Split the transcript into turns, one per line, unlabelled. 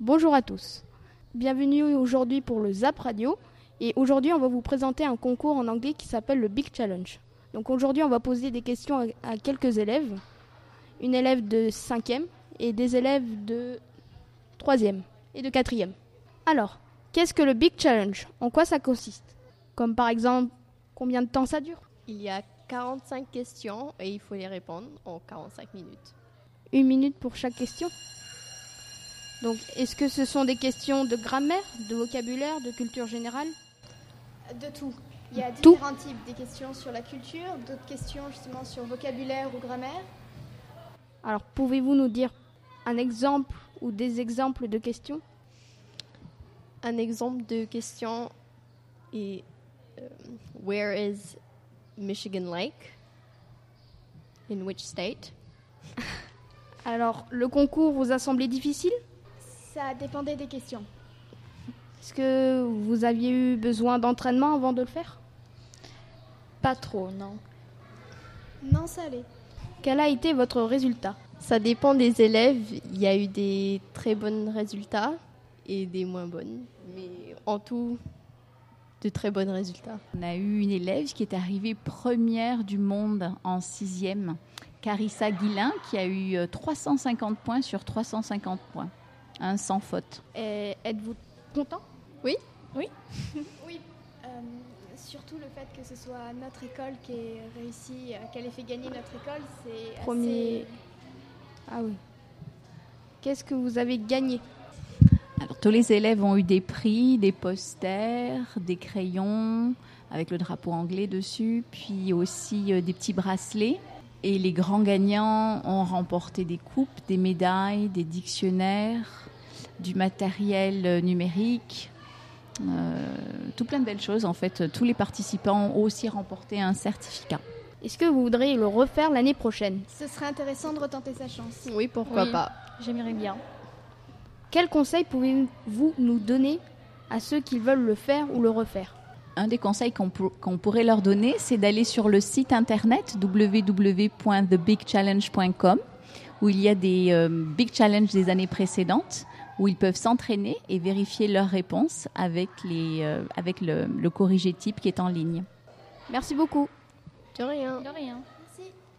Bonjour à tous. Bienvenue aujourd'hui pour le Zap Radio. Et aujourd'hui, on va vous présenter un concours en anglais qui s'appelle le Big Challenge. Donc aujourd'hui, on va poser des questions à, à quelques élèves. Une élève de 5e et des élèves de 3e et de 4e. Alors, qu'est-ce que le Big Challenge En quoi ça consiste Comme par exemple, combien de temps ça dure
Il y a 45 questions et il faut les répondre en 45 minutes.
Une minute pour chaque question donc, est-ce que ce sont des questions de grammaire, de vocabulaire, de culture générale
De tout. Il y a
Tout.
différents types, des questions sur la culture, d'autres questions justement sur vocabulaire ou grammaire.
Alors, pouvez-vous nous dire un exemple ou des exemples de questions
Un exemple de question est euh, Where is Michigan Lake In which state
Alors, le concours vous a semblé difficile
Ça dépendait des questions.
Est-ce que vous aviez eu besoin d'entraînement avant de le faire
Pas trop, non.
Non, ça allait.
Quel a été votre résultat
Ça dépend des élèves. Il y a eu des très bons résultats et des moins bonnes. Mais en tout, de très bons résultats.
On a eu une élève qui est arrivée première du monde en sixième, Carissa Guillain, qui a eu euh, 350 points sur 350 points. Un sans faute.
Et Êtes-vous content
Oui, euh, surtout le fait que ce soit notre école qui ait réussi, euh, qu'elle ait fait gagner notre école, c'est
Premier.
assez...
Ah oui. Qu'est-ce que vous avez gagné
Alors, tous les élèves ont eu des prix, des posters, des crayons avec le drapeau anglais dessus, puis aussi euh, des petits bracelets. Et les grands gagnants ont remporté des coupes, des médailles, des dictionnaires, du matériel euh, numérique, euh, tout plein de belles choses en fait. Tous les participants ont aussi remporté un certificat.
Est-ce que vous voudriez le refaire l'année prochaine
Ce serait intéressant de retenter sa chance.
Oui, pourquoi
Oui.
pas
J'aimerais bien.
Quel conseil pouvez-vous nous donner à ceux qui veulent le faire ou le refaire
un des conseils qu'on pour- qu'on pourrait leur donner, c'est d'aller sur le site internet www.thebigchallenge.com où il y a des euh, big challenges des années précédentes où ils peuvent s'entraîner et vérifier leurs réponses avec, les, euh, avec le, le corrigé type qui est en ligne.
Merci beaucoup.
De rien.
rien.